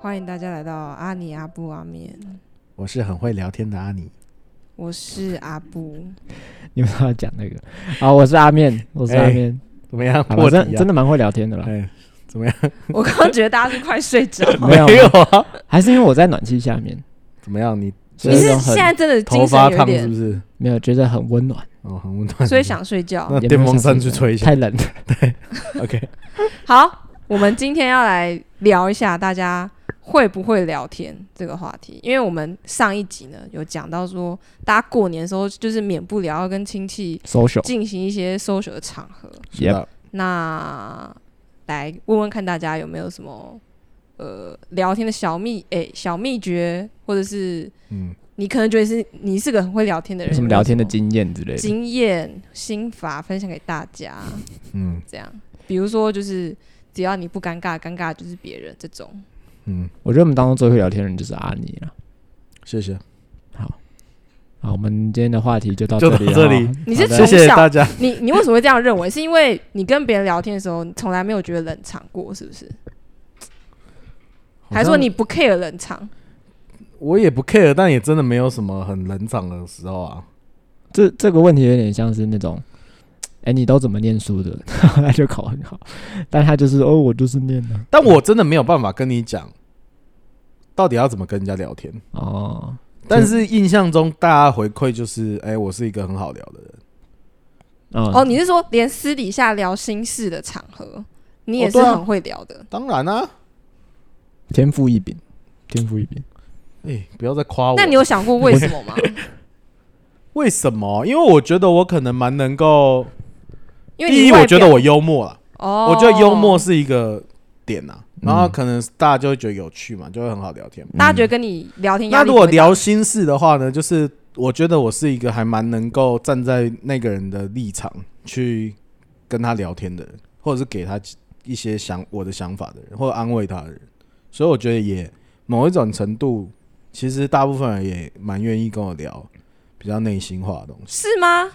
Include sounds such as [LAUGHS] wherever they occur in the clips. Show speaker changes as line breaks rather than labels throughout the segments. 欢迎大家来到阿尼阿布阿面，
我是很会聊天的阿尼。
我是阿布。 [LAUGHS]
你们要讲那个？好，我是
[LAUGHS]
阿面，我是阿面，
怎么
啊
样？
好
哎破
了，
题
真真
的
的蛮会聊天的啦。
[LAUGHS]
哎，怎么样？
我刚刚觉得大家是快睡
[LAUGHS]
着，
没有
有
[LAUGHS]
啊？
还是因为我在暖气下面，
怎么样？你
所
你
以
是
有一种
现
很
在真的
头
精神
发
有
烫是
点，
不是？
没有觉得很
[LAUGHS]
温暖，
哦，很温暖。
所以想睡觉。
那
也没有
电风
想
扇去
睡
吹一下
太。冷 [LAUGHS] 了。
OK，
好，我们今天要来聊一下大家会不会聊天这个话题，因为我们上一集呢有讲到说，大家过年的时候就是免不了要跟亲戚
social，
进行一些 social 的场合。
是的哎
那来问问看大家有没有什么呃聊天的小秘诶、小秘诀，或者是
嗯，
你可能觉得是你是个很会聊天的
有
人，
什
有
么
没有
聊天的经验之类的？
经验心法分享给大家？
嗯
这样，比如说就是只要你不尴尬，尴尬就是别人这种。
嗯，
我觉得我们当中最会聊天的人就是阿尼了。
谢谢，
好，好，我们今天的话题就到
就
里
到
啊了。
这里
你是
好的
从
谢谢
小
大家。
你你为什么会这样认为？是因为你跟别人聊天的时候，你从来没有觉得冷场过，是不是？ [LAUGHS] 还是
好
说
像
你不 care 冷场？
我也不 care，但也真的没有什么很冷场的时候
嗯
啊。
[LAUGHS] 这这个问题有点像是那种，哎、你都怎么念书的？ [LAUGHS] 他就考很好，但他就是哦，我就是念的
但我真的没有办法跟你讲，到底要怎么跟人家聊天。
哦，
但是印象中大家回馈就是，哎、我是一个很好聊的人。
嗯
哦，你是说连私底下聊心事的场合，你也
哦
是
对啊
很会聊的？
当然啊啦、
天赋异禀，天赋异禀，
哎、不要再夸我。
那你有想过为什么
[LAUGHS]
吗？
为什么？因为我觉得我可能蛮能够，
因为
第
你
一，
外
我觉得
表
我幽默啦，
哦，
我觉得幽默，是一个点呐、
嗯
然后可能大家就会觉得有趣嘛，就会很好聊天嘛。
大家觉得跟你聊天压
嗯那
力
如
不会
果
大，
聊心事的话呢，就是我觉得我是一个还蛮能够站在那个人的立场去跟他聊天的人，或者是给他一些想我的想法的人，或者安慰他的人。所以我觉得也某一种程度，其实大部分人也蛮愿意跟我聊比较内心化的东西，
是吗？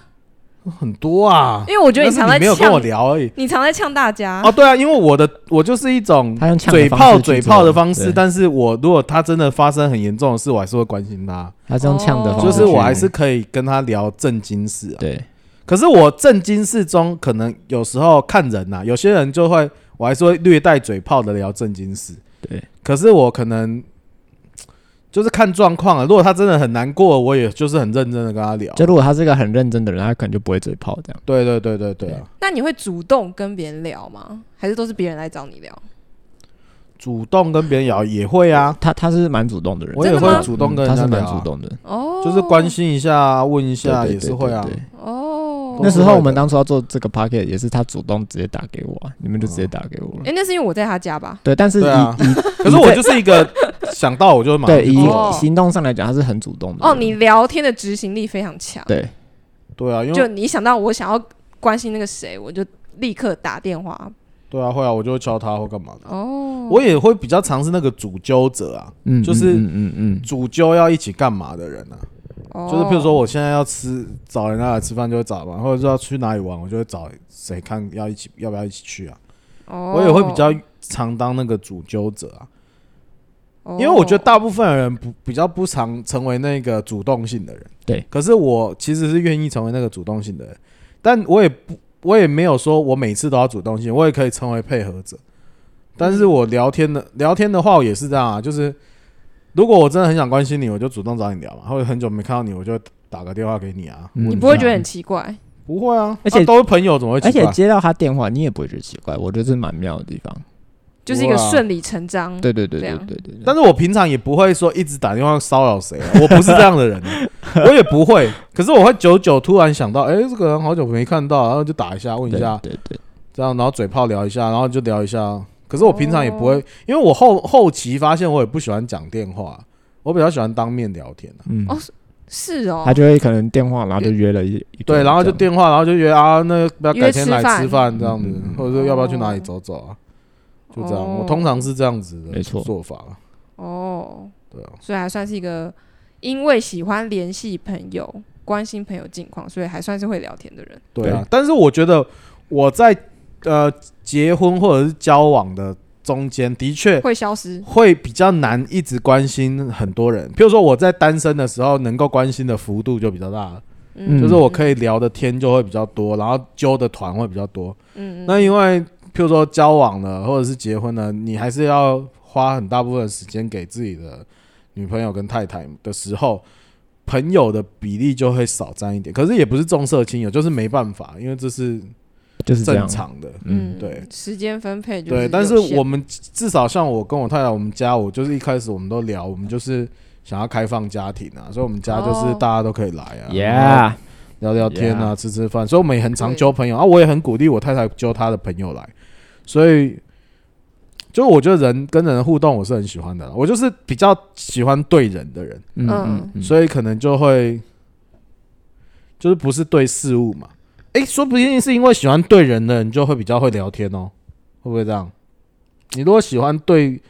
很多啊。
因为我觉得
但
你
是
常在
没有跟我
呛，
聊而已。
你常在呛大家
哦，。对啊，因为我的我就是一种
他用呛的
嘴
方式
炮
去
嘴
做
炮的方式，
对
但是我如果他真的发生很严重的事，我还是会关心他，
他是用呛的
哦
方
就
式
是
去，
我还是可以跟他聊正经事啊。
对，
可是我正经事中，可能有时候看人啊呐、有些人就会，我还是会略带嘴炮的聊正经事。
对，
可是我可能就是看状况啊。如果他真的很难过，我也就是很认真的跟他聊。
就如果他是一个很认真的人，他可能就不会嘴炮这样。
对对对对对啊！
那你会主动跟别人聊吗？还是都是别人来找你聊？
主动跟别人聊也会啊，
他他是蛮主动的人，
我也
真的吗
会主动跟
嗯他
人家
是蛮
聊
主
啊，
动的，
哦，
就是关心一下、问一
对
下
对
也
对
是会
对
啊。
对
哦。
那时
都是
候
会
我们
的
当初要做这个 pocket，也是他主动直接打给我啊，你们就直接打给我了。
哎，那是因为我在他家吧？
对，但是以
对啊 [LAUGHS]
以
[LAUGHS]
可是我就是一个想到我就会马上
对
去
以
做啊
哦
行动上来讲，他是很主动
嗯
的
哦，
人
你聊天的执行力非常强。，
对
对啊，因
就
为
你想到我想要关心那个谁，我就立刻打电话。
对啊会啊，我就会敲他或干嘛的。
哦，
我也会比较尝试那个主纠者啊，
嗯，
就是
嗯嗯嗯，嗯
主纠要一起干嘛的人啊，
哦
就是譬如说我现在要吃找人家来吃饭就会找嘛，或者是要去哪里玩，我就会找谁看要一起要不要一起去啊。
哦
我也会比较常当那个主纠者啊，
哦
因为我觉得
哦
大部分人不比较不常成为那个主动性的人。
对，
可是我其实是愿意成为那个主动性的人，但我也不，我也没有说我每次都要主动性，我也可以成为配合者。但是我聊天的聊天的话，我也是这样啊，就是如果我真的很想关心你，我就主动找你聊嘛，或者很久没看到你，我就打个电话给你啊。
嗯
你不会觉得很奇怪。
不会啊，
而且
啊都是朋友，怎么会奇
而且
怪？
接到他电话，你也不会觉得奇怪，我觉得这是蛮妙的地方。
就是一个
不会啊
顺理成章。
对对对
嗯这
对
样
对对对，
但是我平常也不会说一直打电话骚扰谁啊、我不是这样的人啊、我也不会。可是我会久久突然想到，哎、这个人好久没看到，然后就打一下问一下，
对对对，
这样，然后嘴炮聊一下，然后就聊一下。可是我平常也不会，
哦
因为我后后期发现我也不喜欢讲电话，我比较喜欢当面聊天、啊、
嗯，
哦是哦
他，就会可能电话，然后就约了一一个
对，
人
然后就
这样
电话，然后就约啊，那不要
约
改天来
吃饭
吃饭这样子，
嗯
或者说要不要去哪里走走啊？就这样，
哦
我通常是这样子的
没错
做法啊。
哦，
对啊，
所以还算是一个因为喜欢联系朋友、关心朋友近况，所以还算是会聊天的人。
对啊。但是我觉得我在呃结婚或者是交往的中间的确
会消失。
会比较难一直关心很多人。譬如说我在单身的时候，能够关心的幅度就比较大了，
嗯，
就是我
以，
可以聊的天就会比较多，然后揪的团会比较多。
嗯，
那因为譬如说交往了或者是结婚了，你还是要花很大部分的时间给自己的女朋友跟太太的时候，朋友的比例就会少占一点。可是也不是重色轻友，就是没办法，因为这是
就是这
正
样。
常的。
嗯，
对，
时间分配就是
对，但
有
是
限
我们至少像我跟我太太，我们家我就是一开始我们都聊，我们就是想要开放家庭啊，所以我们家就是
哦
大家都可以来啊
Yeah，
聊聊天啊吃吃饭，所以我们也很常揪朋友啊，我也很鼓励我太太揪她的朋友来，所以就我觉得人跟人的互动我是很喜欢的啦，我就是比较喜欢对人的人，
嗯
嗯
嗯嗯，
所以可能就会就是不是对事物嘛，诶，说不定是因为喜欢对人的人就会比较会聊天哦，会不会这样？你如果喜欢对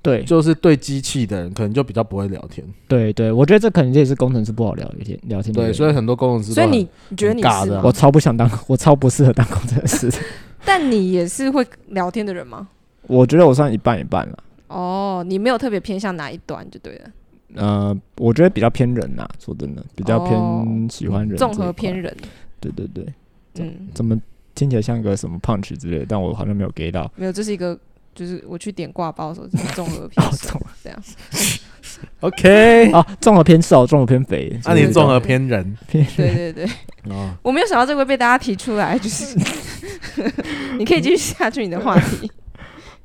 对
就是对机器的人，可能就比较不会聊天，
对对，我觉得这可能这也是工程师不好聊一些聊天的
对，
原因。
所以很多工程师都
所以
很，
你你觉得你
尬
是
的啊
吗
我超不想当， [LAUGHS] 我超不适合当工程师的。 [LAUGHS]
但你也是会聊天的人吗？
我觉得我算一半一半了。
哦，你没有特别偏向哪一端就对了，
呃，我觉得比较偏人呐、说真的，比较
哦
偏喜欢人，
综合偏。人，
对对对，
嗯，
怎么听起来像个什么 punch 之类的，但我好像没有 get 到。
没有，这是一个。就是我去点挂包的时候，这是综合偏
[LAUGHS] 哦
人
综
这样，
OK，
[LAUGHS] 啊，综合偏瘦，啊综合偏肥。
那、你
是
综合偏人
偏
对对对，
哦，
我没有想到这个会被大家提出来，就是
[LAUGHS]
你可以继续下去你的话题，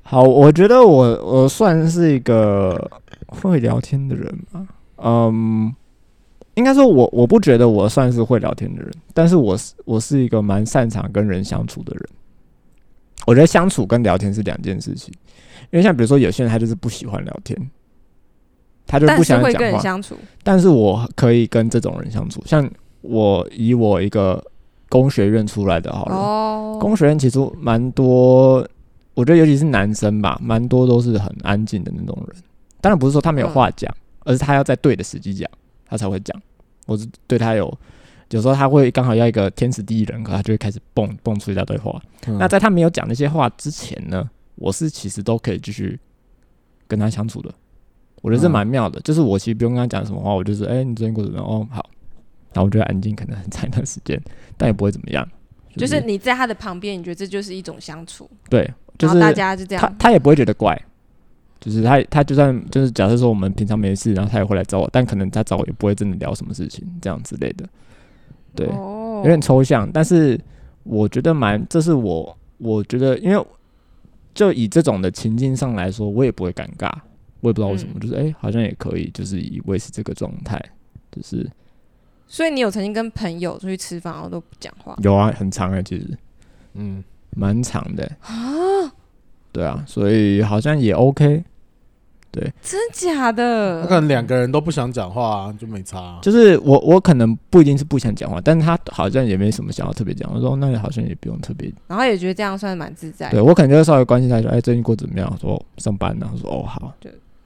好，我觉得我我算是一个会聊天的人吧。嗯，应该说我我不觉得我算是会聊天的人，但是我是我是一个蛮擅长跟人相处的人。我觉得相处跟聊天是两件事情，因为像比如说有些人他就是不喜欢聊天，他就是
但
不
是
想
会
讲
跟人
话，
相处，
但是我可以跟这种人相处。像我以我一个工学院出来的好了，
哦，
工学院其实蛮多，我觉得尤其是男生吧，蛮多都是很安静的那种人。当然不是说他没有话讲，而是他要在对的时机讲，他才会讲。我是对他有，有时候他会刚好要一个天时地利人和，他就会开始蹦蹦出一大堆话。
嗯
那在他没有讲那些话之前呢，我是其实都可以继续跟他相处的。我觉得这
嗯
蛮妙的，就是我其实不用跟他讲什么话，我就是哎、你最近过得怎么样？哦，好，然后我就会安静，可能很长一段时间，但也不会怎么样。
就是你在他的旁边，你觉得这就是一种相处，
对，就
然
是
后大家就这
他
样，
他也不会觉得怪，就是他他就算就是假设说我们平常没事，然后他也会来找我，但可能他找我也不会真的聊什么事情这样之类的，对，
哦
有点抽象，但是我觉得蛮，这是我我觉得，因为就以这种的情境上来说，我也不会尴尬，我也不知道为什么，
嗯
就是哎、好像也可以，就是以维持这个状态，就是
所以你有曾经跟朋友出去吃饭，然后都不讲话，
有啊，很长啊，其实
嗯，
蛮长的、啊，对啊，所以好像也 OK，
真假
那可
的？
能两个人都不想讲话、啊，就没差啊、
就是我我可能不一定是不想讲话，但是他好像也没什么想要特别讲。我说那好像也不用特别，
然后也觉得这样算蛮自在的
对，我可能就会稍微关心他说，哎，最近过得怎么样？我说上班呢、我说哦好，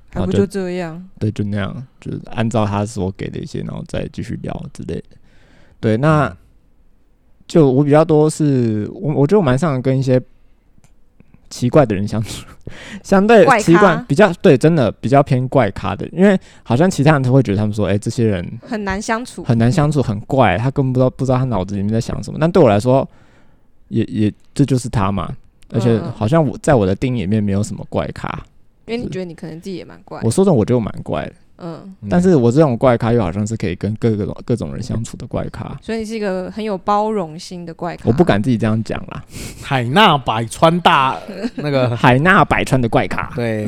还不
就
就这样？
对，就那样，就是按照他所给的一些，然后再继续聊之类的。对，
嗯
那就我比较多是我我觉得我蛮擅长跟一些奇怪的人相处，相对
怪
奇怪
咖
比较对，真的比较偏怪咖的，因为好像其他人都会觉得他们说，哎，这些人
很难相处，
很难相处，很怪，他根本不知道不知道他脑子里面在想什么。但对我来说，也也这就是他嘛，而且
嗯嗯
好像我在我的定义里面没有什么怪咖。
因为你觉得你可能自己也蛮怪
我，说真的，我觉得我蛮怪的，
嗯，
嗯
但是我这种怪咖又好像是可以跟各个各种人相处的怪咖。
所以你是一个很有包容心的怪咖。
我不敢自己这样讲啦，
海纳百川大那
[LAUGHS]
个
海纳百川的怪咖，
对，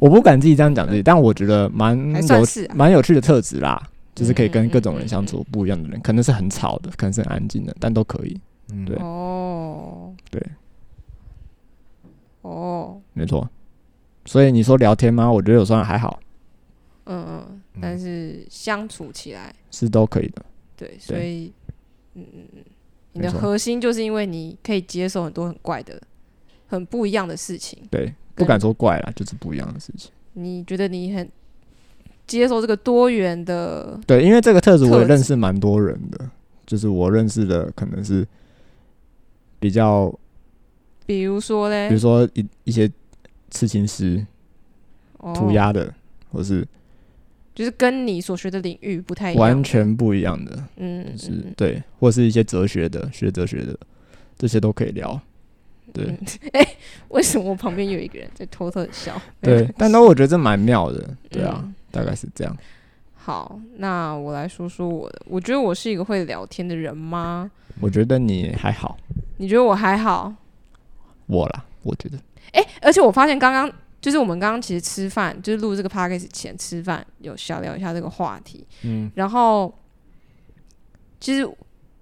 我不敢自己这样讲自己，但我觉得蛮
嗯还
有
算是啊
蛮有趣的特质啦，就是可以
嗯
跟
嗯
各种
嗯
人
嗯
相处，不一样的人，可能是很吵的，可能是很安静的，但都可以，
嗯
对
哦，
对，
哦，
没错。所以你说聊天吗？我觉得有时候还好，
嗯嗯，但是相处起来，
是都可以的。
对，所以，嗯嗯嗯，你的
没错
核心就是因为你可以接受很多很怪的、很不一样的事情，
对，不
跟
敢说怪啦，就是不一样的事情。
你觉得你很接受这个多元的，
对，因为这个特质我
特
也
质
认识蛮多人的，就是我认识的可能是比较，
比如说嘞
比如，说一一些刺青师、
哦
涂鸦的，或是
就是跟你所学的领域不太一样，
完全不一样的，
嗯，哎嗯
就是
嗯
对，或是一些哲学的，学哲学的，这些都可以聊。对
嗯为什么我旁边有一个人在偷偷的笑？
[LAUGHS]
[LAUGHS]
对，但都我觉得这蛮妙的，对啊，
嗯
大概是这样。
好，那我来说说我的。我觉得我是一个会聊天的人吗？
我觉得你还好，
你觉得我还好？
我啦，我觉得
诶，而且我发现刚刚就是我们刚刚其实吃饭，就是录这个 podcast 前吃饭有小聊一下这个话题，
嗯，
然后其实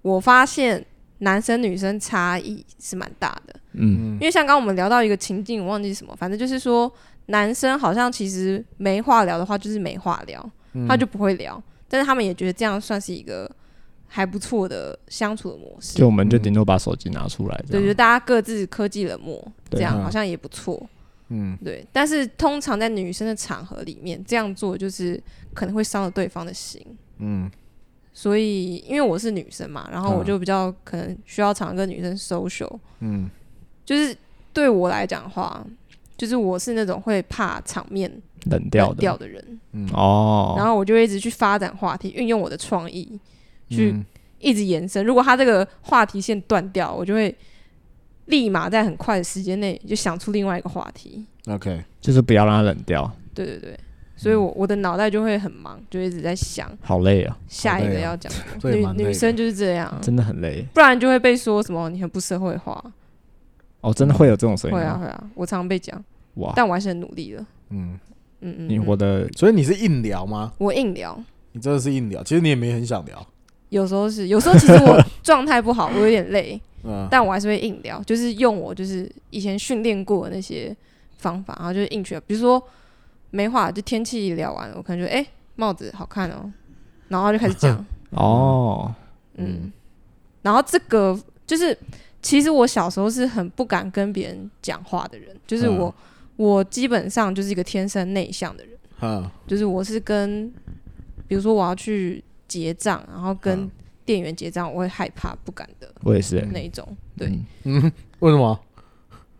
我发现男生女生差异是蛮大的。
嗯
因为像刚刚我们聊到一个情境，我忘记是什么，反正就是说男生好像其实没话聊的话就是没话聊，
嗯
嗯
他就不会聊，但是他们也觉得这样算是一个还不错的相处的模式，
就我们就顶多把手机拿出来
嗯
这
对，就
样，
是大家各自科技冷漠，这
对啊
样
嗯
好像也不错，
嗯
对。但是通常在女生的场合里面这样做，就是可能会伤了对方的心。
嗯
所以，因为我是女生嘛，然后我
嗯
就比较可能需要常跟女生 social，
嗯
就是对我来讲的话，就是我是那种会怕场面
冷掉
冷
的
掉的人，
嗯，
哦，
然后我就会一直去发展话题，运用我的创意去
嗯
一直延伸。如果他这个话题线断掉，我就会立马在很快的时间内就想出另外一个话题。
OK，
就是不要让它冷掉，
对对对，所以我我的脑袋就会很忙，就一直在想
好累啊，
下一
好
个
累哦
要讲什么。
这也蛮累
女
的
女生就是这样，
真的很累
不然就会被说什么你很不社会化。
哦，真的会有这种声音
会啊
吗，
会啊，我常被讲，
哇，
但我还是很努力的。
嗯，
嗯嗯，
你
嗯
活得
所以你是硬聊吗？
我硬聊。
你真的是硬聊，其实你也没很想聊，
有时候是，有时候其实我状态不好，我有点累，
嗯，
但我还是会硬聊，就是用我就是以前训练过的那些方法，然后就是硬学。比如说没话，就天气聊完，我可能就哎、诶帽子好看哦，然后就开始讲，
哦，
嗯，然后这个就是其实我小时候是很不敢跟别人讲话的人，就是我、我基本上就是一个天生内向的人，
哈，
就是我是跟比如说我要去结账，然后跟
嗯
店员结账，我会害怕不敢的。
我也是欸，
那一种。对，
嗯
嗯，为什么？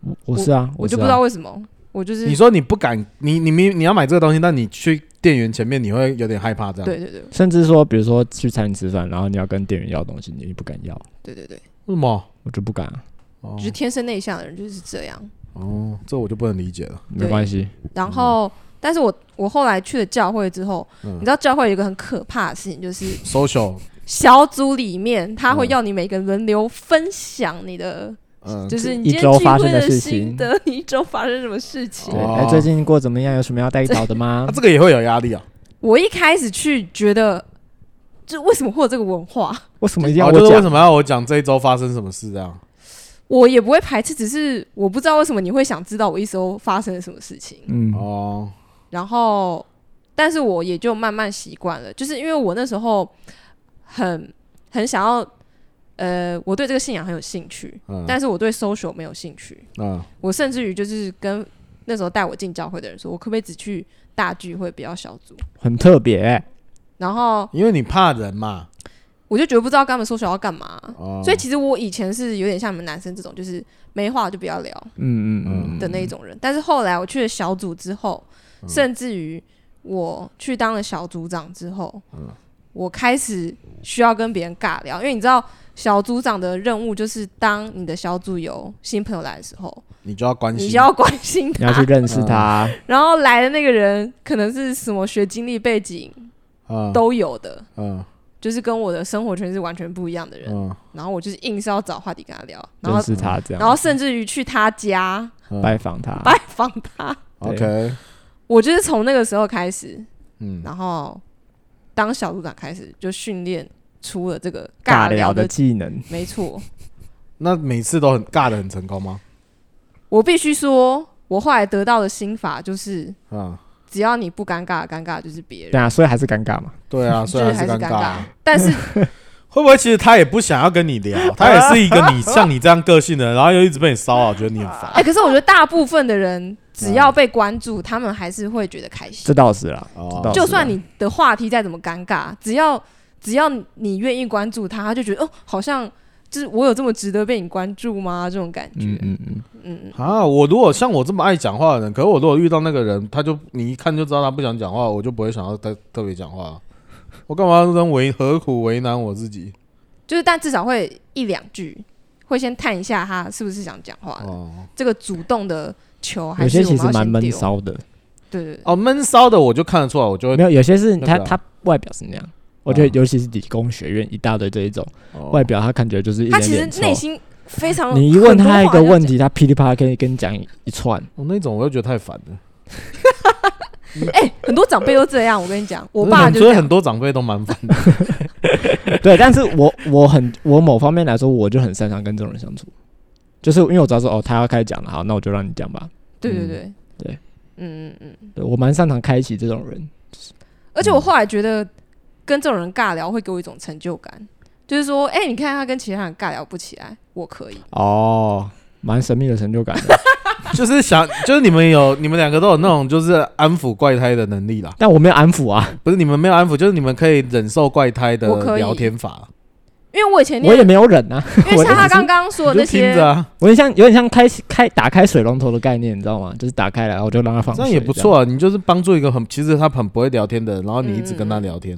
我我是啊，
我
是
就
啊
不知道为什么，我就是
你说你不敢，你你明你要买这个东西，但你去店员前面，你会有点害怕这样。
对，对对
甚至说，比如说去餐厅吃饭，然后你要跟店员要东西，你不敢要，
对对对，
为什么？
我就不敢啊，
哦
就是天生内向的人就是这样。
哦，这我就不能理解了。
没关系，
然后，但是我我后来去了教会之后，
嗯
你知道教会有一个很可怕的事情，就是
social，
小组里面他会
嗯
要你每个人轮流分享你的，
嗯，
就是你今
一
天
周
聚
发
会
生的
的
事
心
情
得， [LAUGHS] 你一周发生什么事情
对，。
哦
哎，最近过怎么样？有什么要带到的
[LAUGHS]
吗
啊，？这个也会有压力啊。
我一开始去觉得，就为什么会有这个文化，
为什么一定要
哦，就
我
是为
讲？
什么要我讲这一周发生什么事这样？
我也不会排斥，只是我不知道为什么你会想知道我一周发生了什么事情。
嗯，
哦，
然后，但是我也就慢慢习惯了，就是因为我那时候很 [LAUGHS] 很想要，呃，我对这个信仰很有兴趣，
嗯，
但是我对 social 没有兴趣。
嗯
我甚至于就是跟那时候带我进教会的人说，我可不可以只去大聚会，不要小组？
很特别欸，
然后
因为你怕人嘛。
我就觉得不知道跟他们 social 要干嘛。
哦，
所以其实我以前是有点像你们男生这种，就是没话就不要聊
嗯嗯嗯，
的那一种人。但是后来我去了小组之后，
嗯
甚至于我去当了小组长之后，
嗯
我开始需要跟别人尬聊，因为你知道小组长的任务就是当你的小组有新朋友来的时候，
你就要关
你
心
就。要关心
你要去
他，
认识他，
然后来的那个人可能是什么学经历背景
嗯
都有的。
嗯
就是跟我的生活圈是完全不一样的人，
嗯，
然后我就是硬是要找话题跟他聊，然
认
后
识他这
然后
样，
甚至于去他家
嗯
拜访他，
拜访他， [LAUGHS]
OK，
我就是从那个时候开始，
嗯，
然后当小组长开始就训练出了这个
尬
聊
聊的
的，
技能，
没错。
那每次都很尬的很成功吗？
我必须说，我后来得到的心法就是，
嗯，
只要你不尴尬，尴尬就是别
对
人，
啊，所以还是尴尬嘛，
对
[LAUGHS]
啊，
就
虽
是
然
还是
尴
尴
尬
尬
啊。。
但是
会不会其实他也不想要跟你
[LAUGHS]
聊，他也是一个你像你这样个性的人，然后又一直被你骚扰，觉得你很
[LAUGHS]
烦。
哎、可是我觉得大部分的人只
嗯
要被关注，他们还是会觉得开
这
心。
倒是啦，
哦
这倒是啦啊
就算你的话题再怎么尴尬，只要只要你愿意关注他，他就觉得哦，好像就是我有这么值得被你关注吗？这种感觉，
嗯嗯嗯，
嗯，
啊，我如果像我这么爱讲话的人，可是我如果遇到那个人，他就你一看就知道他不想讲话，我就不会想要特特别讲话。我干嘛跟为何苦为难我自己？
就是但至少会一两句，会先探一下他是不是想讲话的。
哦
这个主动的球还
有
是
些
我
其
们
实
要
蛮
先
闷
丢？
骚的，
对对对，
哦，闷骚的我就看得出来，我就会
没有，有些是
那
他
个啊
他外表是那样，我觉得尤其是理工学院一大堆这一种，
哦
外表他看起来就是一
他
脸
其
脸
实
臭
内。心非常。
[LAUGHS] 你一问他一个问
题，
题，他噼里啪啦跟你跟你讲一
[LAUGHS]
串，
哦那种我就觉得太烦了。
很多长辈都这样。我跟你讲，我
所以
爸
很
就
所
这
以很
样。
多长辈都蛮烦
[LAUGHS]
的。
对，但是我我很我某方面来说，我就很擅长跟这种人相处，就是因为我知道说哦，他要开始讲了，好，那我就让你讲吧。
对对
嗯
对
对，
嗯嗯嗯。
对我蛮擅长开启这种人，
而
嗯
且我后来觉得跟这种人尬聊会给我一种成就感，就是说，哎、你看他跟其他人尬聊不起来，我可以。
哦，蛮神秘的成就感的 [LAUGHS]
就是想，就是你们有，你们两个都有那种就是安抚怪胎的能力啦。
但我没有安
[LAUGHS]
抚啊，
不是你们没有安抚，就是你们可以忍受怪胎
我可
的
以
聊天法。
因为我以前
我
念，
也没有忍啊，
因
我
为
的
像他
意思
刚刚说
你
的
就
那
听
些，
着啊，
我有点像有点像开开打开水龙头的概念，你知道吗？就是打开来，然后就让它放
这
水，
样也不错啊。你就是帮助一个很其实他很不会聊天的人，然后你一直跟他
嗯
聊天。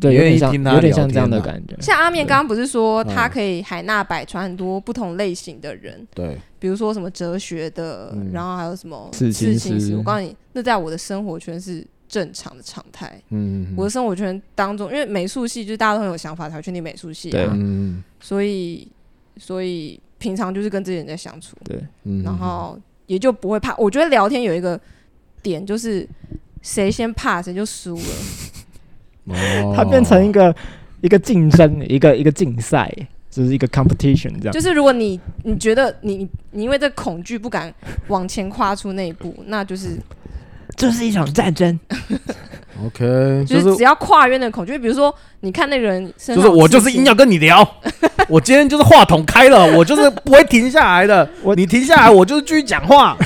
这样，对，有
愿意
点像
听他
有点
聊
像这样的
天啊
感觉。
像阿面刚刚不是说
嗯
他可以海纳百川很多不同类型的人，
对，
比如说什么哲学的，
嗯
然后还有什么
刺青
刺青
师
师。我告诉你，那在我的生活圈是正常的常态。
嗯，
我的生活圈当中，因为美术系就是大家都很有想法才会去念美术系、
对
啊，
嗯
所以所以平常就是跟这些人在相处。
对，
嗯
然后也就不会怕。我觉得聊天有一个点就是，谁先怕谁就输了。
哦
它变成一个一个竞争，一个一个竞赛，就是一个 competition 这样。
就是如果你你觉得你你你因为这恐惧不敢往前跨出那一步，那
嗯
就是
这是一场战争，
OK，
就
就是是
只要跨越那个恐惧，比如说你看那个人身
就
上
是
有
我
刺
就是
青
硬要跟你 [LAUGHS] 聊，我今天就是话筒开了，我就是不会停下来的。
[LAUGHS] 我
你停下来，我就是继续讲 [LAUGHS] 话。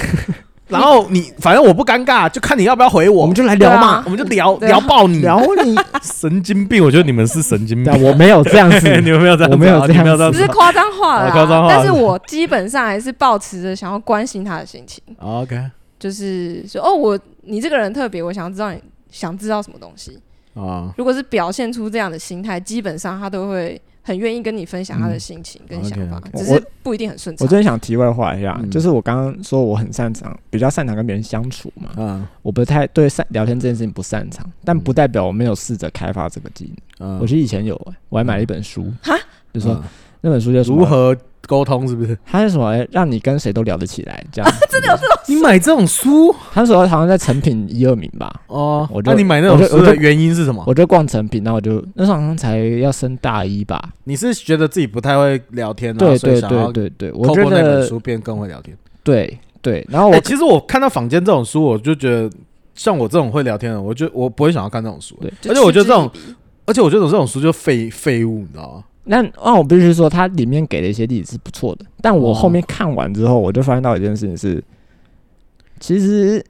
然后你反正我不尴尬，就看你要不要回我。
我们就来
对
聊
啊
嘛。
我们就聊
对啊
聊爆你，
聊你，
神经病！我觉得你们是神经
但我没有这样子，
[LAUGHS] 你们没有这样子啊，
我没有这样子
你没有这样
只是
子
夸张话啦，
啊夸张话
但是我基本上还是保持着想要关心他的心情，
啊。OK
就是说哦，我你这个人特别，我想要知道你想知道什么东西。
啊，
如果是表现出这样的心态，基本上他都会很愿意跟你分享他的心情跟想法，
OK，OK
只
嗯我
是不一定很顺
我
畅。
真的想题外话一下，
嗯
就是我刚刚说我很擅长，比较擅长跟别人相处嘛，
嗯
我不太对擅聊天这件事情不擅长，但不代表我没有试着开发这个技能。
嗯
我其实以前有、欸，我还买了一本书，
哈，
就说、那本书叫什么
如，何沟通，是不是？
它是什么、欸让你跟谁都聊得起来，这样。 [LAUGHS] 真的有这
[LAUGHS] 你买这种书
他那时候好像在成品一二名吧，
[LAUGHS] 哦
我，就
那你买那种
我就
书的
我就
原因是什么？
我就逛成品，那我就那时候好像才要升大一吧，
你是觉得自己不太会聊天啊，
对
所以
对
想要
对对对，我
透
觉
过那本
得
书变更会聊天。
对对，然后
哎，
哦我
其实我看到坊间这种书，我就觉得像我这种会聊天的人，我就我不会想要看这种书。
对
就
而且我觉得这种
嗤之以鼻
而且我觉得这种书就废废物，你知道吗？
那那我必须说，它里面给的一些例子是不错的，但我
哦
后面看完之后，我就发现到一件事情是，其实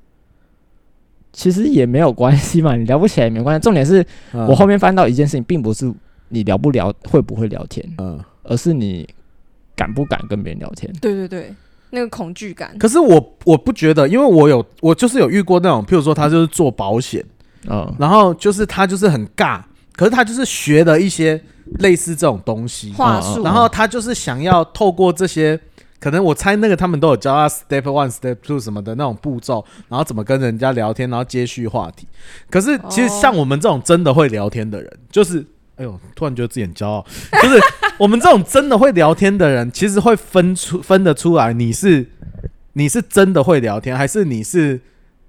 其实也没有关系嘛，你聊不起来也没关系。重点是
嗯
我后面翻到一件事情，并不是你聊不聊会不会聊天，
嗯，
而是你敢不敢跟别人聊天。
对对对，那个恐惧感，
可是我我不觉得，因为我有我就是有遇过那种，譬如说他就是做保险，
嗯，
然后就是他就是很尬，可是他就是学了一些类似这种东西，
话
嗯
术，
然后他就是想要透过这些，可能我猜那个他们都有教他 step one、step two 什么的那种步骤，然后怎么跟人家聊天，然后接续话题。可是其实
哦
像我们这种真的会聊天的人，就是。哎呦，突然觉得自己很骄傲，就是我们这种真的会聊天的人，其实会分出分得出来，你是你是真的会聊天，还是你是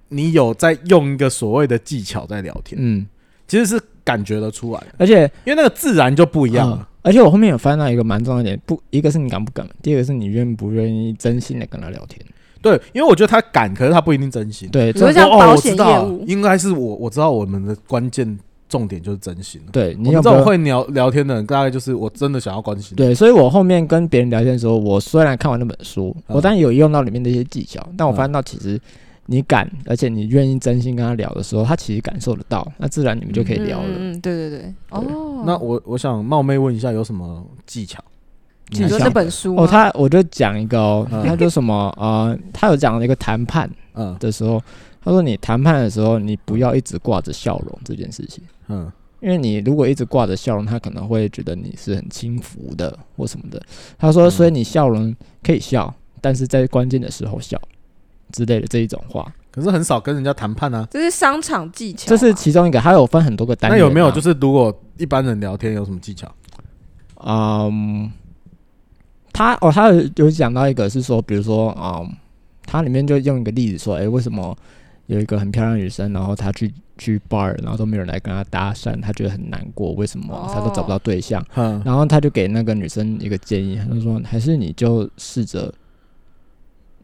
你有在用一个所谓的技巧在聊天，
嗯，
其实是感觉得出来的，
而且
因为那个自然就不一样啊
嗯
了。
而且我后面有翻到一个蛮重要的点，不，一个是你敢不敢，第二个是你愿不愿意真心的跟他聊天。
对，因为我觉得他敢，可是他不一定真心。
对，
比
这
如像
哦
保
我
险
知道
业务
应该是我我知道我们的关键重点就是真心了。
对你
我们
有
这
没
种
有？
会聊聊天的人，大概就是我真的想要关心。，
对，所以我后面跟别人聊天的时候，我虽然看完那本书，
嗯
我当然有用到里面的一些技巧，但我发现到其实你敢，而且你愿意真心跟他聊的时候，他其实感受得到，那自然你们
嗯
就
嗯
可以聊了。
嗯嗯嗯，对对对，哦，
那我我想冒昧问一下，有什么技巧？
你说
技巧
这本书
哦，
吗
他我就讲一个哦，
嗯
他就什么呃，他有讲了一个谈判
嗯
的时候，他说你谈判的时候，你不要一直挂着笑容这件事情，
嗯
因为你如果一直挂着笑容，他可能会觉得你是很轻浮的或什么的。他说，
嗯
所以你笑容可以笑，但是在关键的时候笑之类的这一种话，
可是很少跟人家谈判啊。
这是商场技巧吧，
这是其中一个。他有分很多个单
啊那
元啊、
有没有就是如果一般人聊天有什么技巧？
嗯，他哦，他有有讲到一个是说，比如说，嗯，他里面就用一个例子说，诶，为什么有一个很漂亮的女生，然后她去去 bar，然后都没有人来跟她搭讪，她觉得很难过，为什么
哦
她都找不到对象？
嗯
然后他就给那个女生一个建议，他就说，还是你就试着。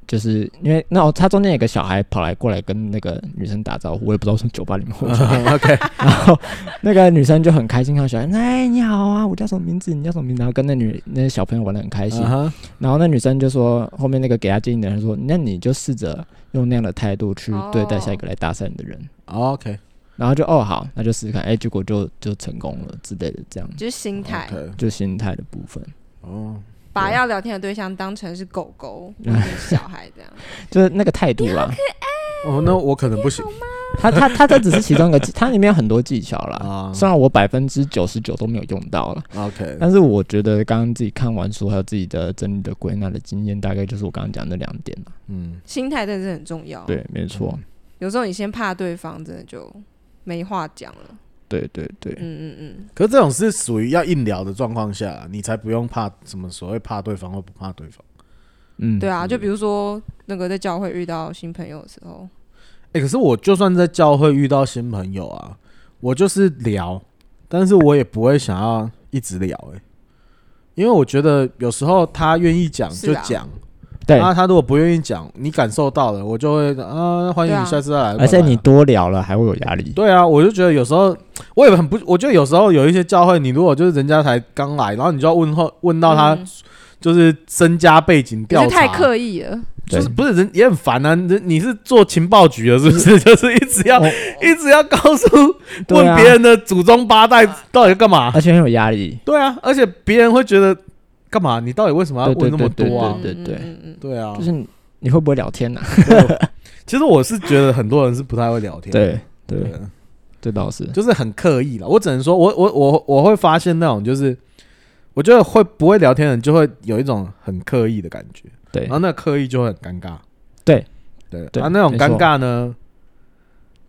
就是因为那、哦、他中间有个小孩跑来过来跟那个女生打招呼，我也不知道从酒吧里面混出来，
[LAUGHS] ，OK，
[LAUGHS] 然后那个女生就很开心，她小孩，哎，你好啊，我叫什么名字？你叫什么名字？然后跟那女那些小朋友玩的很开心。
嗯哼
然后那女生就说，后面那个给她建议的人说，那你就试着用那样的态度去对待下一个来搭讪你的人。
，OK，
然后就哦好，那就试试看，哎，结果就就成功了之类的，这样
就是心态，
OK，
就心态的部分，
哦，
把要聊天的对象当成是狗狗或者是小孩
[LAUGHS]
这样。
就是那个态度啦。
哦，那我可能不行
他他他这只是其中一个技，它里面有很多技巧啦。
啊。
虽然我百分之九十九都没有用到了。
OK，
但是我觉得刚刚自己看完书，还有自己的整理的归纳的经验，大概就是我刚刚讲的那两点了。
嗯，
心态真的是很重要。，
对，没
哦
错，
有时候你先怕对方，真的就没话讲了。
对对对，
嗯嗯嗯，
可是这种是属于要硬聊的状况下，你才不用怕什么所谓怕对方或不怕对方。
嗯，
对啊，就比如说那个在教会遇到新朋友的时候，
哎、可是我就算在教会遇到新朋友啊，我就是聊，但是我也不会想要一直聊、欸，因为我觉得有时候他愿意讲
是
就
啊
讲，
对，
啊，他如果不愿意讲，你感受到了，我就会啊，欢迎
对啊
你下次再来。
而且
拜拜啊
你多聊了还会有压力。
对啊，我就觉得有时候我也很不，我觉得有时候有一些教会，你如果就是人家才刚来，然后你就要问候问到他
嗯
就是身家背景
可
调
是太
查，啊
刻意了。
对
就是不是人也很烦啊。人你是做情报局的，是不
嗯
是？就是一直要
我
一直要告诉
对
问
啊
别人的祖宗八代到底要干嘛？
而且很有压力。
对啊，而且别人会觉得干嘛？你到底为什么要
对
问那
对
么
对
多啊？
对
嗯
对
嗯嗯
对啊
就，是你你会不会聊天啊呢、
[LAUGHS] 其实我是觉得很多人是不太会聊天，
对对，
对，
这倒是。
就是很刻意了。我只能说我我我我会发现那种就是，我觉得会不会聊天的人就会有一种很刻意的感觉，
对
然后那个刻意就会很尴尬。
对
对，
对
啊，那种
没错
尴尬呢，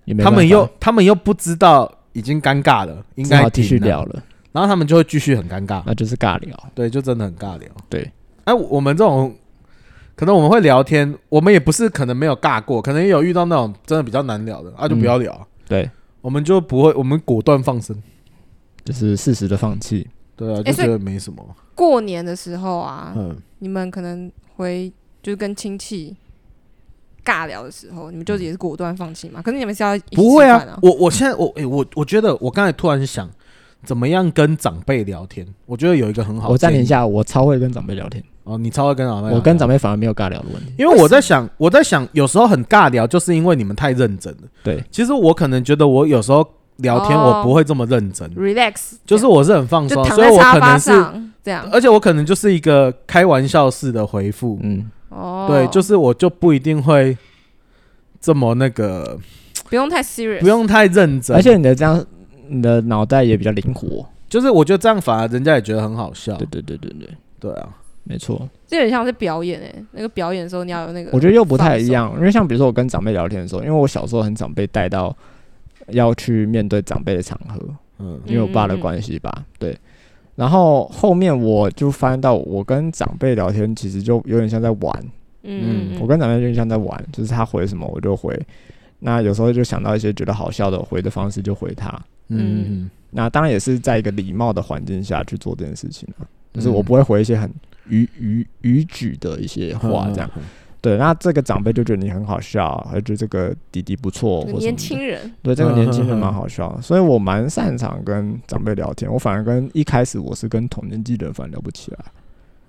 也没
他
办法
们又他们又不知道已经尴尬了，应
只好
该
继续
停了
聊了，
然后他们就会继续很尴尬，
那就是尬聊。
对，就真的很尬聊。
对，
哎、我我们这种可能我们会聊天，我们也不是可能没有尬过，可能也有遇到那种真的比较难聊的，啊，就不要聊，
对，
我们就不会，我们果断放生。
就是适时的放弃。
对啊，
哎
就
所以
觉得没什么。
过年的时候啊，
嗯，
你们可能回就是跟亲戚尬聊的时候，你们就也是果断放弃嘛？可是你们是要一起
不会
吃饭
啊，我我现在我哎、我我觉得我刚才突然想，怎么样跟长辈聊天？我觉得有一个很好。
我暂停一下，我超会跟长辈聊天，
哦，你超会跟长
哎
辈，
我跟长
辈。
辈反而没有尬聊的问题。
因为我在想，我在想，有时候很尬聊，就是因为你们太认真了。
对，
其实我可能觉得，我有时候聊天
哦
我不会这么认真，
relax，
就是我是很放
这
松
样就
的，
躺
所
在
以我
沙
可
发
能是
上这样
而且我可能就是一个开玩笑式的回复，
嗯，
哦，
对，就是我就不一定会这么那个，
不用太 serious，
不用太认真，
而且你的这样，你的脑袋也比较灵活。
就是我觉得这样反而人家也觉得很好笑
啊
对，对对对对，
对啊，
没错。
这有点像是表演哎、那个表演的时候你要有那个，
我觉得又不太一
放松。
样，因为像比如说我跟长辈聊天的时候，因为我小时候很常被带到要去面对长辈的场合，
嗯
因为我爸的关系吧，对。然后后面我就发现到，我跟长辈聊天其实就有点像在玩，
嗯嗯，
我跟长辈有点像在玩，就是他回什么我就回。那有时候就想到一些觉得好笑的回的方式就回他。
嗯，
那当然也是在一个礼貌的环境下去做这件事情啊，
嗯
就是我不会回一些很逾逾逾矩的一些话这样。，
嗯
对，那这个长辈就觉得你很好笑，还觉得这个弟弟不错，
这个
或什么
年
的
轻人
对这个
嗯
年
哼
轻人
哼
蛮好笑，所以我蛮擅长跟长辈聊天。我反而跟一开始我是跟同年纪人反而聊不起来，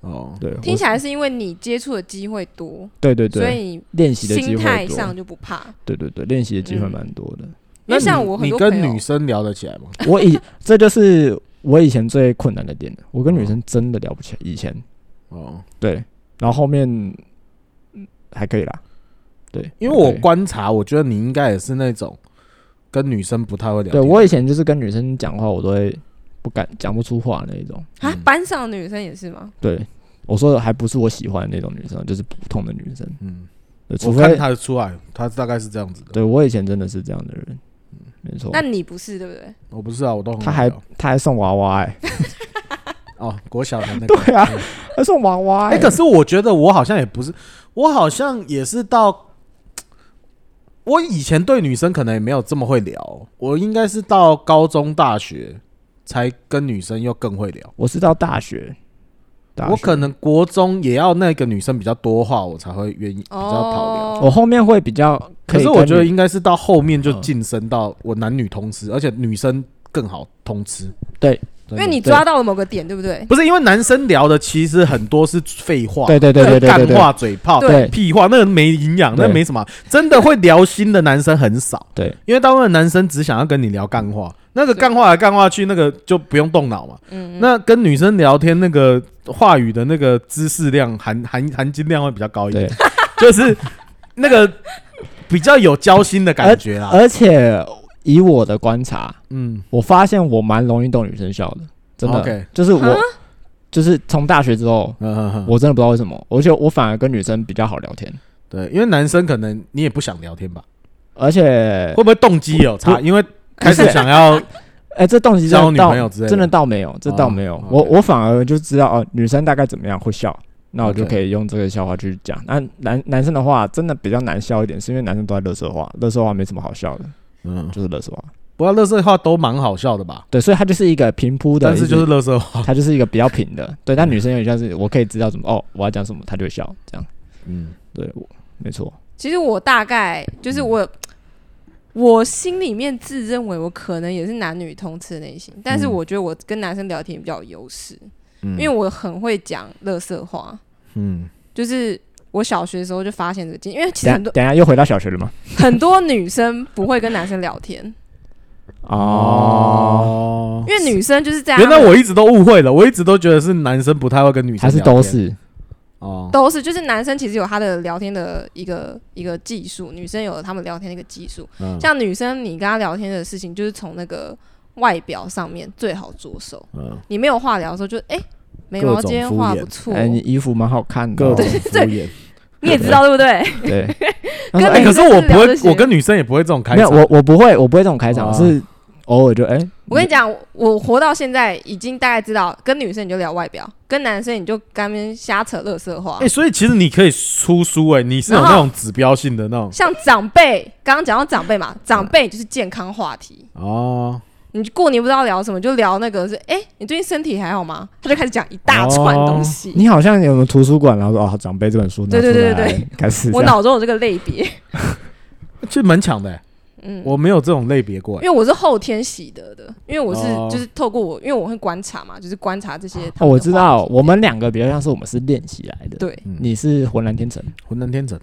哦，
对，我
听起来是因为你接触的机会多，
对对
所
对，
以
练习
你
的机
心态
会多
上，就不怕。
对对对，练习的机会
嗯
蛮多的。
因为像
你
我很
你
多
跟
朋友
女生聊得起来吗？
[LAUGHS] 我以这就是我以前最困难的点了，我跟女生真的聊不起来，以前
哦，
对，然后后面嗯还可以啦，对，
因为我
还可以
观察，我觉得你应该也是那种跟女生不太会聊
对
天。
我以前就是跟女生讲话，我都会不敢讲不出话那一种。
啊
嗯，
班上的女生也是吗？
对，我说的还不是我喜欢的那种女生，就是普通的女生。
嗯，
对除
我看
非
他出来，他大概是这样子的。
对我以前真的是这样的人，没错
那。你不是对不对？
我不是啊，我都很
他
好
还
聊
他还送娃娃哎、
哦，国小的那个。
[LAUGHS] 对啊，还送娃娃
哎、
哎、
可是我觉得我好像也不是，我好像也是到我以前对女生可能也没有这么会聊，我应该是到高中、大学才跟女生又更会聊。
我是到大学，大学
我可能国中也要那个女生比较多话，我才会愿意比较讨聊。
哦
我后面会比较
可
以
是
跟
我觉得
女
应该是到后面就
嗯
晋升到我男女通吃，而且女生更好通吃。
对
真
因
的，
为你抓到了某个点，对不对？
不是因为男生聊的其实很多是废话，
对对对对对对
干
对
话、嘴炮、
对
屁话，那个没营养，那
对
没什么。真的会聊心的男生很少，
对，
因为大部分男生只想要跟你聊干话，那个干话来干话去，那个就不用动脑嘛。
嗯，
那跟女生聊天，那个话语的那个知识量含含含金量会比较高一点，
对，
就是那个比较有交心的感觉啦。
而且以我的观察，
嗯，
我发现我蛮容易逗女生笑的，真的
OK
就是
啊
我就是从大学之后，
嗯嗯嗯
我真的不知道为什么，而且我反而跟女生比较好聊天，
对，因为男生可能你也不想聊天吧？
而且
会不会动机有差？
不
因为开始想要
哎、这动机真
交
的
女
倒
朋友之类的
真的倒没有，这倒没有，
哦
我
OK
我反而就知道哦、女生大概怎么样会笑。那我就
OK
可以用这个笑话去讲。那男男生的话，真的比较难笑一点，是因为男生都在乐色话，乐色话没什么好笑的，
嗯，
就是乐色话。
不过乐色话都蛮好笑的吧？
对，所以它就是一个平铺的，
但是就是嗯乐色话，
它就是一个比较平的。对，但女生有点像是我可以知道怎么哦，我要讲什么，她就会笑，这样。
嗯，
对，我没错。
其实我大概就是我，我心里面自认为我可能也是男女通吃的类型，但是
嗯
我觉得我跟男生聊天比较有优势，因
因
为我很会讲乐色话，
嗯
就是。我小学的时候就发现这个经，因为其实
等
很
下
多
等下又回到小学了吗？
很多女生不会跟男生聊天，
哦，，
因为女生就是这样，啊
原来我一直都误会了，我一直都觉得是男生不太会跟女生
还
聊
是
天，
都是
哦，
都是，就是男生其实有他的聊天的一个一个技术，女生有他们聊天的一个技术。
嗯
像女生，你跟她聊天的事情，就是从那个外表上面最好着手。
嗯，
你没有话聊的时候就，哎，眉毛今天画不错，
哎，你衣服蛮好看的
各
哦。
种敷衍。
[LAUGHS] 你也知道对不对？
对，
跟
然后说
哎，
每
可
个
是我不
聊这些
会，我跟女生也不会这种开
没有，
场，
我我不会，我不会这种开场，
哦
是偶尔就哎，
我跟你讲，我活到现在已经大概知道，跟女生你就聊外表，跟男生你就干边瞎扯乐色话
哎，。所以其实你可以出书，哎，你是有
然后
那种指标性的那种
像长辈，刚刚讲到长 [LAUGHS] 辈嘛，长辈就是健康话题。
哦，
你过年不知道聊什么，就聊那个是，哎、你最近身体还好吗？他就开始讲一大串东西。
你好像有没有图书馆，然后说哦，长辈这本书拿
对对
出
对
来哎
对，
开始这
我
样
脑中有这个类别，
其实蛮强的，哎
嗯，
我没有这种类别过哎
因，为我是后天习得的，因为我是
哦
就是透过我，因为我会观察嘛，就是观察这些他们的话题。
哦，我知道，我们两个比较像是我们是练习来的，
对，
嗯
你是浑然天成，
浑然天成，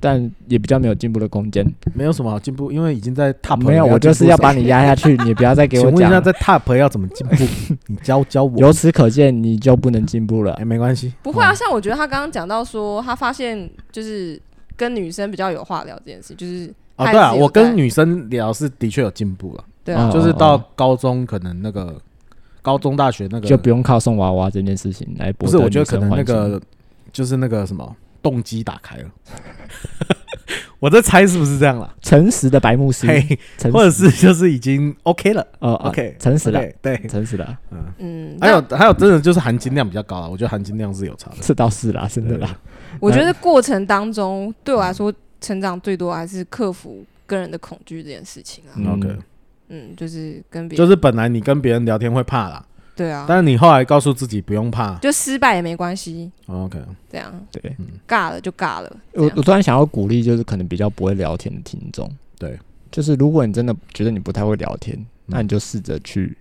但也比较没有进步的空间。
没有什么好进步，因为已经在 top 了
啊没有，我 [LAUGHS] 就是要把你压下去，你不要再给
请
[LAUGHS] 我
问一
讲
下，
了。
在 top 要怎么
[LAUGHS]
进步？你教教我。
由此可见，你就不能进步了
哎，。没关系，
不会
嗯
啊。像我觉得他刚刚讲到说，他发现就是跟女生比较有话聊这件事，就是
哦，
还
对啊，
是有
我跟
在
女生聊是的确有进步了，
对啊，
哦
就是到高中可能那个高中大学那个
就不用靠送娃娃这件事情来博
不
得
是，我觉得
女
可
生
能那
欢心
个就是那个什么动机打开了， [LAUGHS] 我在猜是不是这样啦？
诚实的白牧师，
嘿，
诚实
[LAUGHS]
[LAUGHS]
或者是就是已经 OK 了
呃呃
，OK，
诚实了，
对对，
诚实啊了，
嗯，
哎
还有还有，真的就是含金量比较高啊，我觉得含金量是有差的。
这倒是啦，真的啦。
我觉得过程当中，对我来说，成长最多还是克服跟人的恐惧这件事情啊。
嗯
OK，
嗯，就是跟别人，
就是本来你跟别人聊天会怕啦，
对啊，
但是你后来告诉自己不用怕。哦
就失败也没关系，
OK，
这样
对
尬了就尬了。这
我
样
我突然想要鼓励，就是可能比较不会聊天的听众，
对，嗯
就是如果你真的觉得你不太会聊天，那你就试着去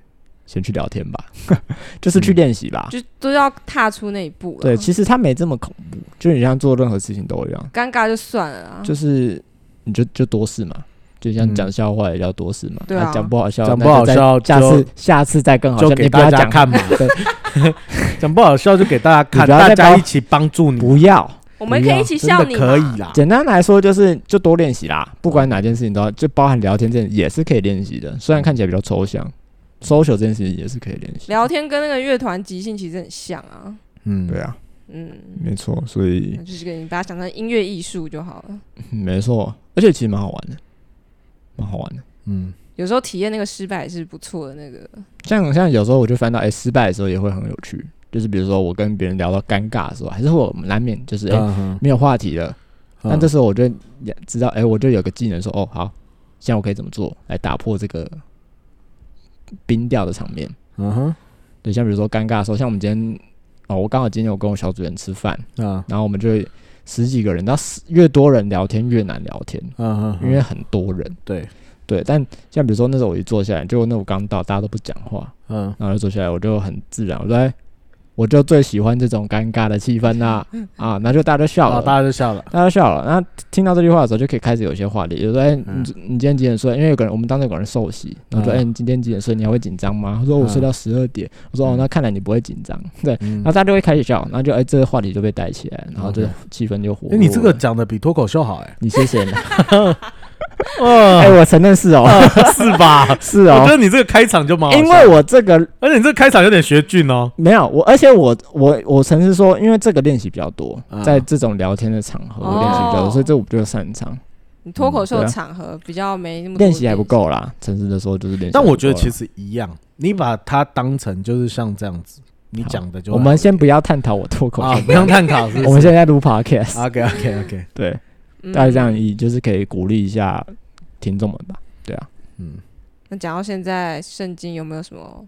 先去聊天吧， [LAUGHS] 就是去
嗯
练习吧。
就都要踏出那一步了。
对，其实它没这么恐怖，就你像做任何事情都一样，
尴尬就算了啊。
就是你就就多试嘛。就像讲笑话也要多试嘛，
对啊
啊讲不好笑，
嗯讲不
那就
好
再
笑
下
就
次下次再更好笑，
就给
你不
大
要
家
讲
看嘛，
[LAUGHS] 对，
[LAUGHS] 讲不好笑就给大家看，
你不要
大
再
家
包
一起帮助你，
不要。
我们可以一起笑
真
你
的
嘛
可以啦。
简单来说就是就多练习
嗯
啦，不管哪件事情都要，就包含聊天这件也是可以练习的，虽
嗯
然看起来比较抽象，social 这件事情也是可以练习。
聊天跟那个乐团即兴其实很像啊，
嗯，
对啊，
嗯，
没错，所以
那就是给你把它想成音乐艺术就好了。
嗯
没错，而且其实蛮好玩的，蛮好玩的。
嗯，
有时候体验那个失败也是不错的那个，
像像有时候我就翻到，哎、失败的时候也会很有趣，就是比如说我跟别人聊到尴尬的时候，还是会有难免就是哎、
嗯哼
没有话题了，
嗯
但这时候我就也知道，哎、我就有个技能说，哦好，现在我可以怎么做来打破这个冰掉的场面。
嗯哼
对，像比如说尴尬的时候，像我们今天哦，我刚好今天有跟我小组员吃饭，
啊
然后我们就十几个人，然后十越多人聊天越难聊天，
嗯哼，
因为很多人。
对，
对，但像比如说那时候我一坐下来，就那我刚到，大家都不讲话，
嗯
然后就坐下来，我就很自然，我说，哎，我就最喜欢这种尴尬的气氛啦、啊，那就大家就笑
好，
了。
大家就笑了。
大家笑了，然后听到这句话的时候，就可以开始有一些话题。有时候，哎、你你今天几点睡？因为有个人，我们当时有个人受洗，然后说，
嗯
哎、你今天几点睡？你还会紧张吗？他说，我睡到十二点。我说，哦，那看来你不会紧张。对，
嗯
然后大家就会开始笑，然后就哎、这个话题就被带起来，然后这
OK
气氛就火
哎，
热。
你这个讲的比脱口秀好哎，
你谢
[LAUGHS]
谢你， [LAUGHS] 哎、
嗯，
我承认是哦，
是吧？
[LAUGHS] 是
[LAUGHS] 我觉
哦，
得你这个开场就蛮好笑，
因为我这个
而且你这个开场有点学俊哦。
没有我，而且我我我曾是说，因为这个练习比较多，
嗯
在这种聊天的场合我练习比较
哦
多，所以这我比较擅长，
你脱口秀
对啊
场合比较没那么多
练习还不。够啦。诚实的说，就是练习还不够啦。
但我觉得其实一样，你把它当成就是像这样子，你讲的就
我们先不要探讨我脱口秀 [LAUGHS]
啊，不用探讨，是啊
我们
先
现在录 podcast，、
OK OK OK，
对，
嗯
大概这样，以就是可以鼓励一下听众们吧。对啊，
嗯，
那讲到现在，圣经有没有什么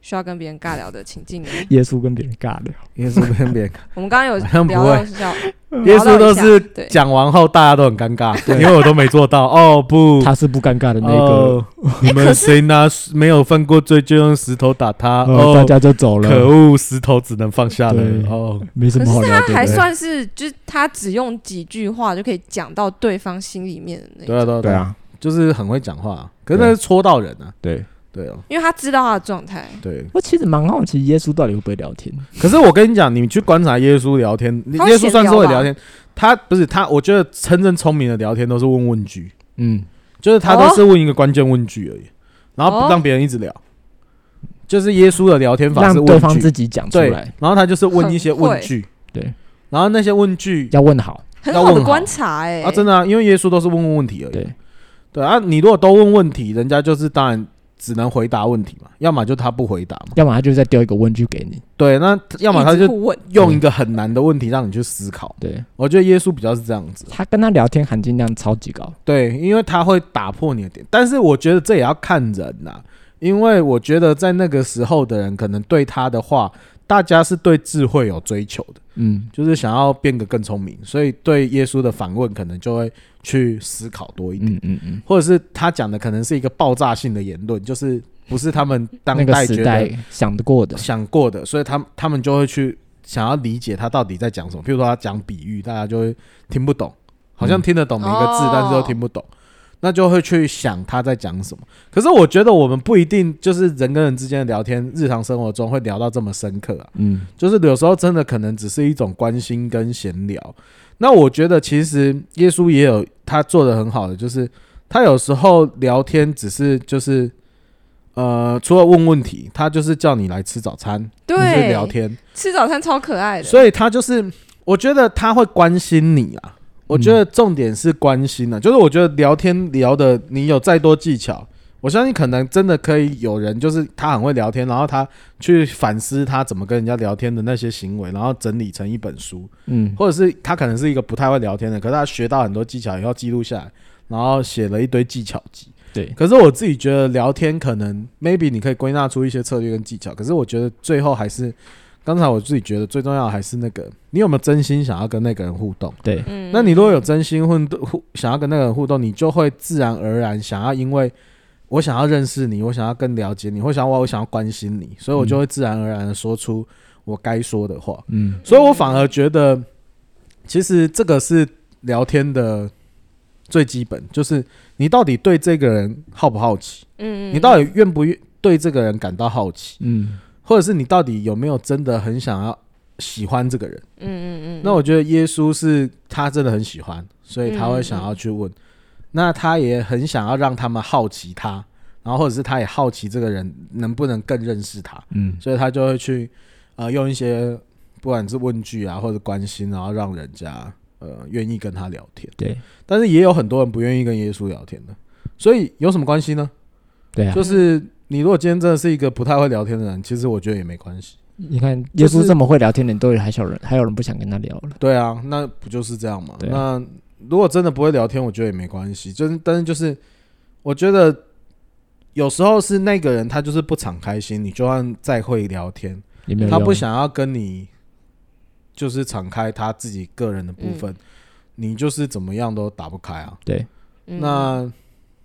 需要跟别人尬聊的情境呢？
耶稣跟别人尬聊，
耶稣跟别人，
我们刚刚有
好像不
聊
会
到笑，
[LAUGHS] 耶稣都是
对
讲完后大家都很尴尬，因为我都没做到。哦不，
他是不尴尬的那个，
哦 [LAUGHS] 你们谁拿没有犯过罪就用石头打他？
呃，大
哦，
家就走
可
了，
恶，石头只能放下了
对。
哦，
没什么好聊
他
的。
还
对
算是，就是他只用几句话就可以讲到对方心里面的那
对
种，
啊对啊
对，啊，
就是很会讲话，可是那是戳到人啊。
对
对哦，
因为他知道他的状态。
对。
我其实蛮好奇耶稣到底会不会聊天，
可是我跟你讲，你去观察耶稣聊天，
他会
耶稣算是
闲
会
聊吧
聊天，他不是他，我觉得真正聪明的聊天都是问问句，
嗯，
就是他
哦
都是问一个关键问句而已，然后
哦
不让别人一直聊。就是耶稣的聊天法
让
是问
对方
句
自，己讲出
对
来，，
然后他就是问一些问句，
很会对，
然后那些问句
要问好，
很
要
好的
问好
观察哎、
啊，真的啊，因为耶稣都是问问问题而已，
对，
对啊，你如果都问问题，人家就是当然只能回答问题嘛，要么就他不回答嘛，
要么他就再丢一个问句给你，
对，那要么他
一直
就
互问，
用一个很难的问题让你去思考，
对
我觉得耶稣比较是这样子。
他跟他聊天含金量超级高，
对，因为他会打破你的点，但是我觉得这也要看人呐、因为我觉得在那个时候的人，可能对他的话，大家是对智慧有追求的，
嗯，
就是想要变得更聪明，所以对耶稣的反问可能就会去思考多一点，
嗯嗯嗯，
或者是他讲的可能是一个爆炸性的言论，就是不是他们当
那个
代
时
觉
代
得
想得过的，
想过的，所以他们他们就会去想要理解他到底在讲什么。譬如说他讲比喻，大家就会听不懂，好
嗯
像听得懂每个字，
哦
但是都听不懂，那就会去想他在讲什么。可是我觉得我们不一定就是人跟人之间的聊天，日常生活中会聊到这么深刻啊。
嗯，
就是有时候真的可能只是一种关心跟闲聊。那我觉得其实耶稣也有他做的很好的，就是他有时候聊天只是就是呃，除了问问题，他就是叫你来吃早餐，就是
对，
聊天，
吃早餐超可爱的，
所以他就是我觉得他会关心你啊。我觉得重点是关心啊，就是我觉得聊天聊的你有再多技巧。我相信可能真的可以有人，就是他很会聊天，然后他去反思他怎么跟人家聊天的那些行为，然后整理成一本书，
嗯，
或者是他可能是一个不太会聊天的，可是他学到很多技巧以后记录下来，然后写了一堆技巧集。
对，
可是我自己觉得聊天可能 maybe 你可以归纳出一些策略跟技巧，可是我觉得最后还是，刚才我自己觉得最重要的还是那个你有没有真心想要跟那个人互动。
对，
嗯
那你如果有真心互动互想要跟那个人互动，你就会自然而然想要，因为我想要认识你，我想要更了解你，或想要我想要关心你，所以我就会自然而然的说出我该说的话。
嗯，
所以我反而觉得，其实这个是聊天的最基本就是你到底对这个人好不好奇，
嗯，
你到底愿不愿对这个人感到好奇，
嗯，
或者是你到底有没有真的很想要喜欢这个人？
嗯嗯嗯，
那我觉得耶稣是他真的很喜欢，所以他会想要去
嗯
问。那他也很想要让他们好奇他，然后或者是他也好奇这个人能不能更认识他，
嗯，
所以他就会去呃用一些不管是问句啊或者关心，然后让人家呃愿意跟他聊天。
对，
但是也有很多人不愿意跟耶稣聊天的，所以有什么关系呢？
对啊
就是你如果今天真的是一个不太会聊天的人，其实我觉得也没关系。
你看耶
就是
稣这么会聊天的人，都有还小人，还有人不想跟他聊了。
对啊，那不就是这样嘛？
对
那如果真的不会聊天，我觉得也没关系。就是，但是就是，我觉得有时候是那个人他就是不敞开心，你就算再会聊天，
也没有
他
用
不想要跟你就是敞开他自己个人的
嗯
部分，你就是怎么样都打不开啊。
对，
嗯
那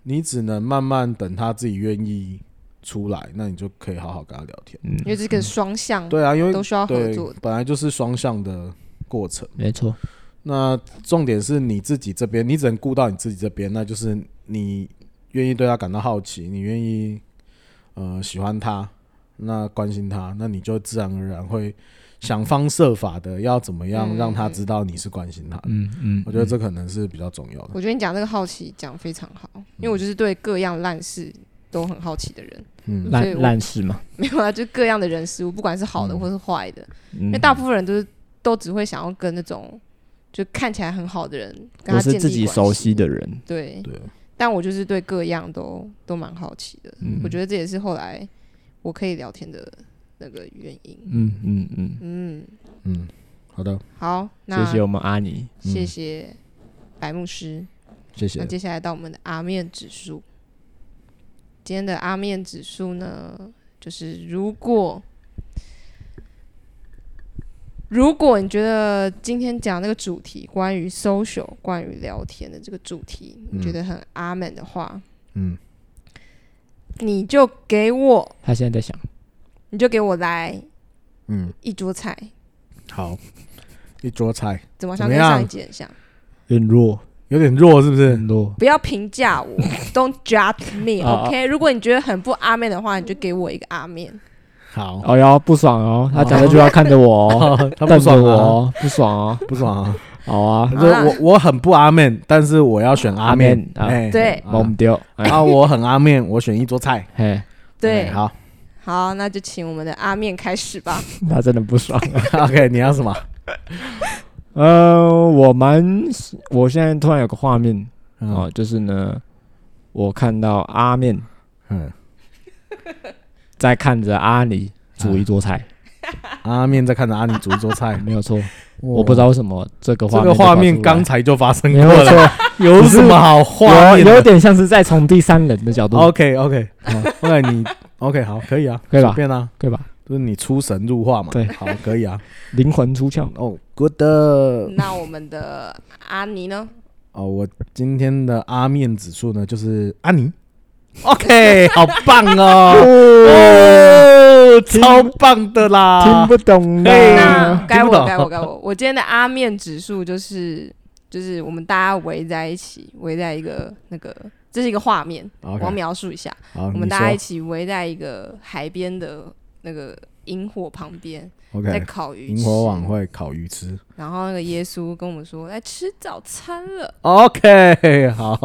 你只能慢慢等他自己愿意出来，那你就可以好好跟他聊天。
嗯，
因为这个双向
对啊，因为
都需要合
对
作的，
本来就是双向的过程。
没错，
那重点是你自己这边，你只能顾到你自己这边，那就是你愿意对他感到好奇，你愿意呃喜欢他，那关心他，那你就自然而然会想方设法的要怎么样
嗯
让他知道你是关心他的。
嗯嗯，
我觉得这可能是比较重要的。
我觉得你讲这个好奇讲得非常好，因为我就是对各样烂事都很好奇的人， [LAUGHS]
嗯，
所以
烂
我
烂事嘛，
没有啊，就各样的人事物，不管是好的
嗯
或是坏的，
因
因为大部分人都是都只会想要跟那种就看起来很好的人跟
都
他
是
建
自
立
己
关
熟
系
悉，的人，
对。
对，
但我就是对各样都都蛮好奇的，
嗯
我觉得这也是后来我可以聊天的那个原因。
嗯嗯嗯，
嗯，
嗯，好的，
好，那
谢谢我们阿尼，
嗯
谢谢白牧师。
谢
那
谢。
接下来到我们的阿面指数，今天的阿面指数呢，就是如果如果你觉得今天讲那个主题关于 social、关于聊天的这个主题，你觉
嗯
得很阿面的话，
嗯，
你就给我，
他现在 [LAUGHS] 在想，
你就给我来
嗯，
一桌菜，
好，一桌菜
怎么
怎
像
么
跟上一
样
集很像？
有点弱，
有点弱，是不是？
很弱，
不要评价
[LAUGHS]
我，Don't judge me，OK？、
啊啊
如果你觉得很不阿面的话，你就给我一个阿面。
好，
哦哟，不爽哦，他讲这句话看着我哦，
他不
瞪着
爽
我
啊，
哦，不爽哦，
不爽
[LAUGHS]
啊！
好啊，
就是我我很不阿面，但是我要选阿面。
阿面
哎，
对
啊
我们丢，哎
啊，我很阿面，我选一桌菜。
嘿，
对，
哎好 [LAUGHS]
好，那就请我们的阿面开始吧。
他真的不爽。
，OK，你要什么？
呃，我蛮，我现在突然有个画面哦，
嗯
就是呢，我看到阿面
嗯，
在看着阿尼煮一桌菜，，
阿面在看着阿尼煮一桌菜
没有错。我不知道为什么这个
嗯哦这个
画面
画面刚
刚
才就发生
没
过
有
了，[LAUGHS]
错，
有什么好画
有
面啊哦
有
的
点像是在从第三人的角度，
？OK [LAUGHS] OK，后来哦你 OK 好，可以啊，
可以吧
随便啊，
对吧？
就是你出神入化嘛。
对
好，可以啊。
灵魂出窍，
哦，Good 哦，
那我们的阿尼呢？
我今天的阿面指数呢就是阿尼。OK，好棒
[LAUGHS]
哦，哦，超棒的
听
啦！
不
哦嘿
懂啊的
那，该
哎听不
我，
懂
该我，该我。我今天的阿面指数就是就是我们大家围在一起，围在一个那个，这是一个画面，我
OK，
要描述一下。
好，
我
你
们大家一
说
起围在一个海边的那个萤火旁边，在
OK，
烤鱼
萤火
翅
晚会烤鱼吃。
然后那个耶稣跟我们说：“来吃早餐了，
[LAUGHS]
OK，好，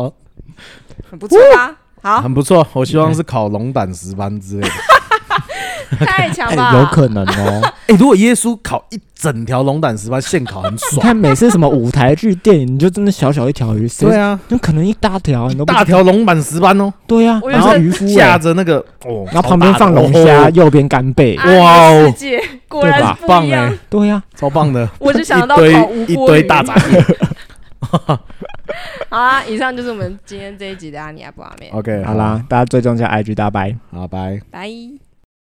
很不错吧？”好，
很不错。我希望是烤龙胆石斑之类的。
太强吧！啊
哎，有可能哦。
[LAUGHS] 哎、如果耶稣烤一整条龙胆石斑现烤，很
[LAUGHS] 你 [LAUGHS]
爽。
看每次什么舞台剧、电影，你就真的小小一条鱼，谁
对啊，
那可能一大条，你都不
大条龙胆石斑哦，
[LAUGHS] 对啊，
我
然
有
后
时候
渔夫
架
欸，
着那个哦，
然
超
后旁边
大的
放龙
哦
虾，右边干贝，
阿尼的
哇哦
世界果
对
然
吧
是不
棒
一样
哎、。
对呀，
超棒的，
我就想到
一堆
烤无
一
锅
堆
鱼
大闸 [LAUGHS] 蟹。
[LAUGHS] 好啦，以上就是我们今天这一集的阿尼阿布阿妹，
OK，
好啦，大家追踪一下 IG，大家拜。
好，拜。
拜。